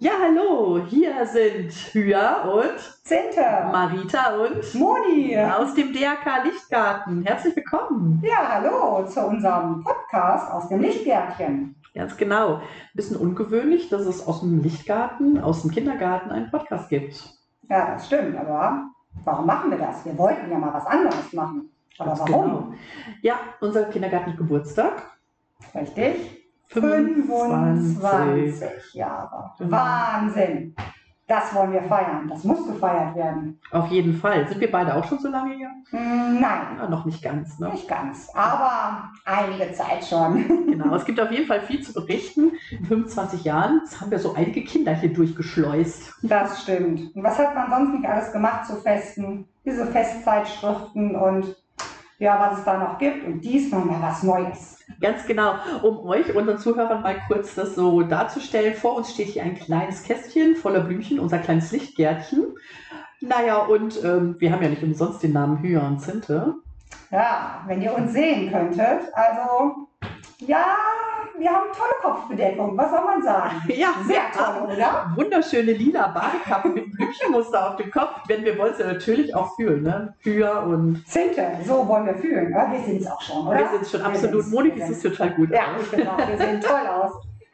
Ja, hallo, hier sind Hya und Zehnter. Marita und Moni. Ja, aus dem DRK Lichtgarten. Herzlich willkommen. hallo zu unserem Podcast aus dem Lichtgärtchen. Ganz genau. bisschen ungewöhnlich, dass es aus dem Lichtgarten, aus dem Kindergarten einen Podcast gibt. Ja, das stimmt, aber warum machen wir das? Wir wollten ja mal was anderes machen. Aber Ganz warum? Genau. Ja, unser Kindergarten hat Geburtstag. Richtig? 25 Jahre. Genau. Wahnsinn. Das wollen wir feiern. Das muss gefeiert werden. Auf jeden Fall. Sind wir beide auch schon so lange hier? Hm, Nein, Ja, noch nicht ganz. Ne? nicht ganz. Aber einige Zeit schon. Genau. Es gibt auf jeden Fall viel zu berichten. In 25 Jahren haben wir so einige Kinder hier durchgeschleust. Das stimmt. Und was hat man sonst nicht alles gemacht zu Festen? Diese Festzeitschriften und ja, was es da noch gibt. Und diesmal mal was Neues. Ganz genau. Um euch, unseren Zuhörern, mal kurz das so darzustellen. Vor uns steht hier ein kleines Kästchen voller Blümchen, unser kleines Lichtgärtchen. Naja, und ähm, wir haben ja nicht umsonst den Namen Hya und Zinte. Ja, wenn ihr uns sehen könntet. Also, ja, wir haben tolle Kopfbedeckung, was soll man sagen? Ja, Sehr toll, oder? Wunderschöne lila Badekappe mit Blümchenmuster auf dem Kopf, denn wir wollen es ja natürlich auch fühlen, ne? Hya und Zinte, so wollen wir fühlen. Ja, wir sind es auch schon, oder? wir sind schon absolut sind's, modig, wir es ist sind's. total gut. Ja, genau, wir sehen toll aus.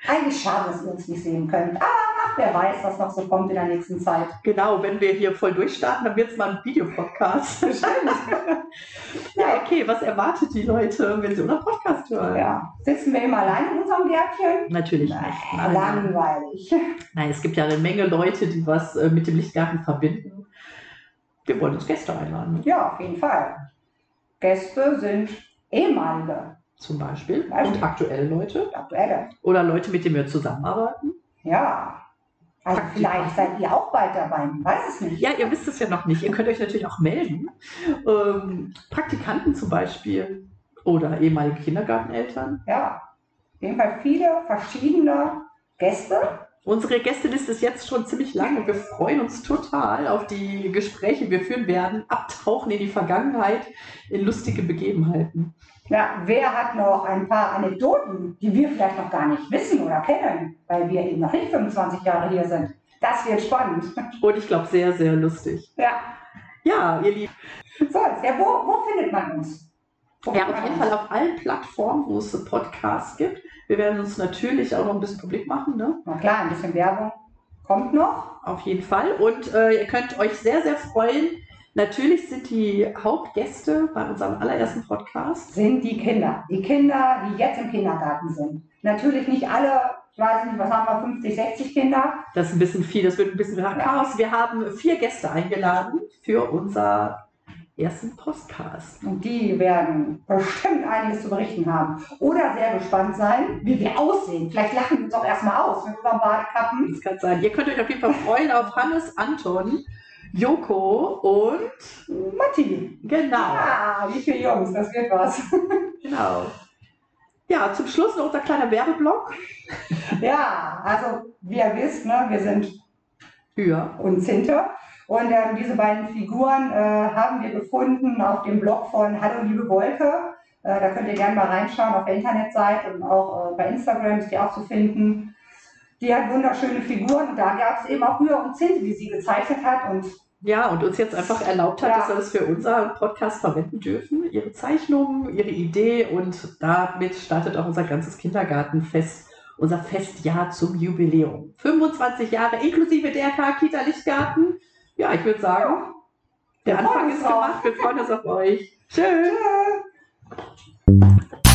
Eigentlich schade, dass ihr uns nicht sehen könnt. Aber ach, wer weiß, was noch so kommt in der nächsten Zeit. Genau, wenn wir hier voll durchstarten, dann wird es mal ein Videopodcast. ja, okay, was erwartet die Leute, wenn sie unseren Podcast hören? Ja. Sitzen wir immer allein in unserem Gärtchen? Natürlich nicht. Äh, Nein, nein. langweilig. Nein, es gibt ja eine Menge Leute, die was äh, mit dem Lichtgarten verbinden. Wir wollen uns Gäste einladen, Ja, auf jeden Fall. Gäste sind eh ehemalige, zum Beispiel. Beispiel. Und aktuelle Leute. aktuelle. Oder Leute, mit denen wir zusammenarbeiten. Ja. Also Praktisch. vielleicht seid ihr auch bald dabei, man weiß es nicht. Ja, ihr wisst es ja noch nicht. Ihr könnt euch natürlich auch melden. Ähm, Praktikanten zum Beispiel. Oder ehemalige Kindergarteneltern. Ja. Auf jeden Fall viele verschiedene Gäste. Unsere Gästeliste ist jetzt schon ziemlich lang und wir freuen uns total auf die Gespräche, die wir führen werden. Abtauchen in die Vergangenheit, in lustige Begebenheiten. Ja, wer hat noch ein paar Anekdoten, die wir vielleicht noch gar nicht wissen oder kennen, weil wir eben noch nicht 25 Jahre hier sind? Das wird spannend. Und ich glaube, sehr, sehr lustig. Ja. Ja, ihr Lieben. So, jetzt, ja, wo, wo findet man uns? Wo Ja, findet auf man jeden uns? Fall auf allen Plattformen, wo es Podcasts gibt. Wir werden uns natürlich auch noch ein bisschen publik machen, ne? Na klar, ein bisschen Werbung kommt noch. Auf jeden Fall. Und äh, ihr könnt euch sehr, sehr freuen. Natürlich sind die Hauptgäste bei unserem allerersten Podcast. Sind die Kinder. Die Kinder, die jetzt im Kindergarten sind. Natürlich nicht alle, ich weiß nicht, was haben wir, 50, 60 Kinder. Das ist ein bisschen viel, das wird ein bisschen nach Chaos. Wir haben vier Gäste eingeladen für unser ersten Podcast. Und die werden bestimmt einiges zu berichten haben. Oder sehr gespannt sein, wie wir aussehen. Vielleicht lachen wir uns auch erstmal aus mit unseren Badekappen. Das kann sein. Ihr könnt euch auf jeden Fall freuen auf Hannes, Anton, Joko und Matti. genau. Ah, wie viele Jungs, das wird was. Genau. Ja, zum Schluss noch unser kleiner Werbeblock. Ja, also wie ihr wisst, ne, wir sind Ja. uns hinter. Und ähm, diese beiden Figuren äh, haben wir gefunden auf dem Blog von Hallo liebe Wolke. Äh, da könnt ihr gerne mal reinschauen auf der Internetseite und auch äh, bei Instagram ist die auch zu finden. Die hat wunderschöne Figuren und da gab es eben auch Mühe und Zinte, die sie gezeichnet hat. Und Ja, und uns jetzt einfach erlaubt hat, Ja. dass wir das für unseren Podcast verwenden dürfen. Ihre Zeichnungen, ihre Idee und damit startet auch unser ganzes Kindergartenfest, unser Festjahr zum Jubiläum. 25 Jahre inklusive DRK Kita Lichtgarten. Ja, ich würde sagen, der Wir freuen Anfang uns ist drauf. gemacht. Wir freuen uns auf euch. Tschüss. tschüss.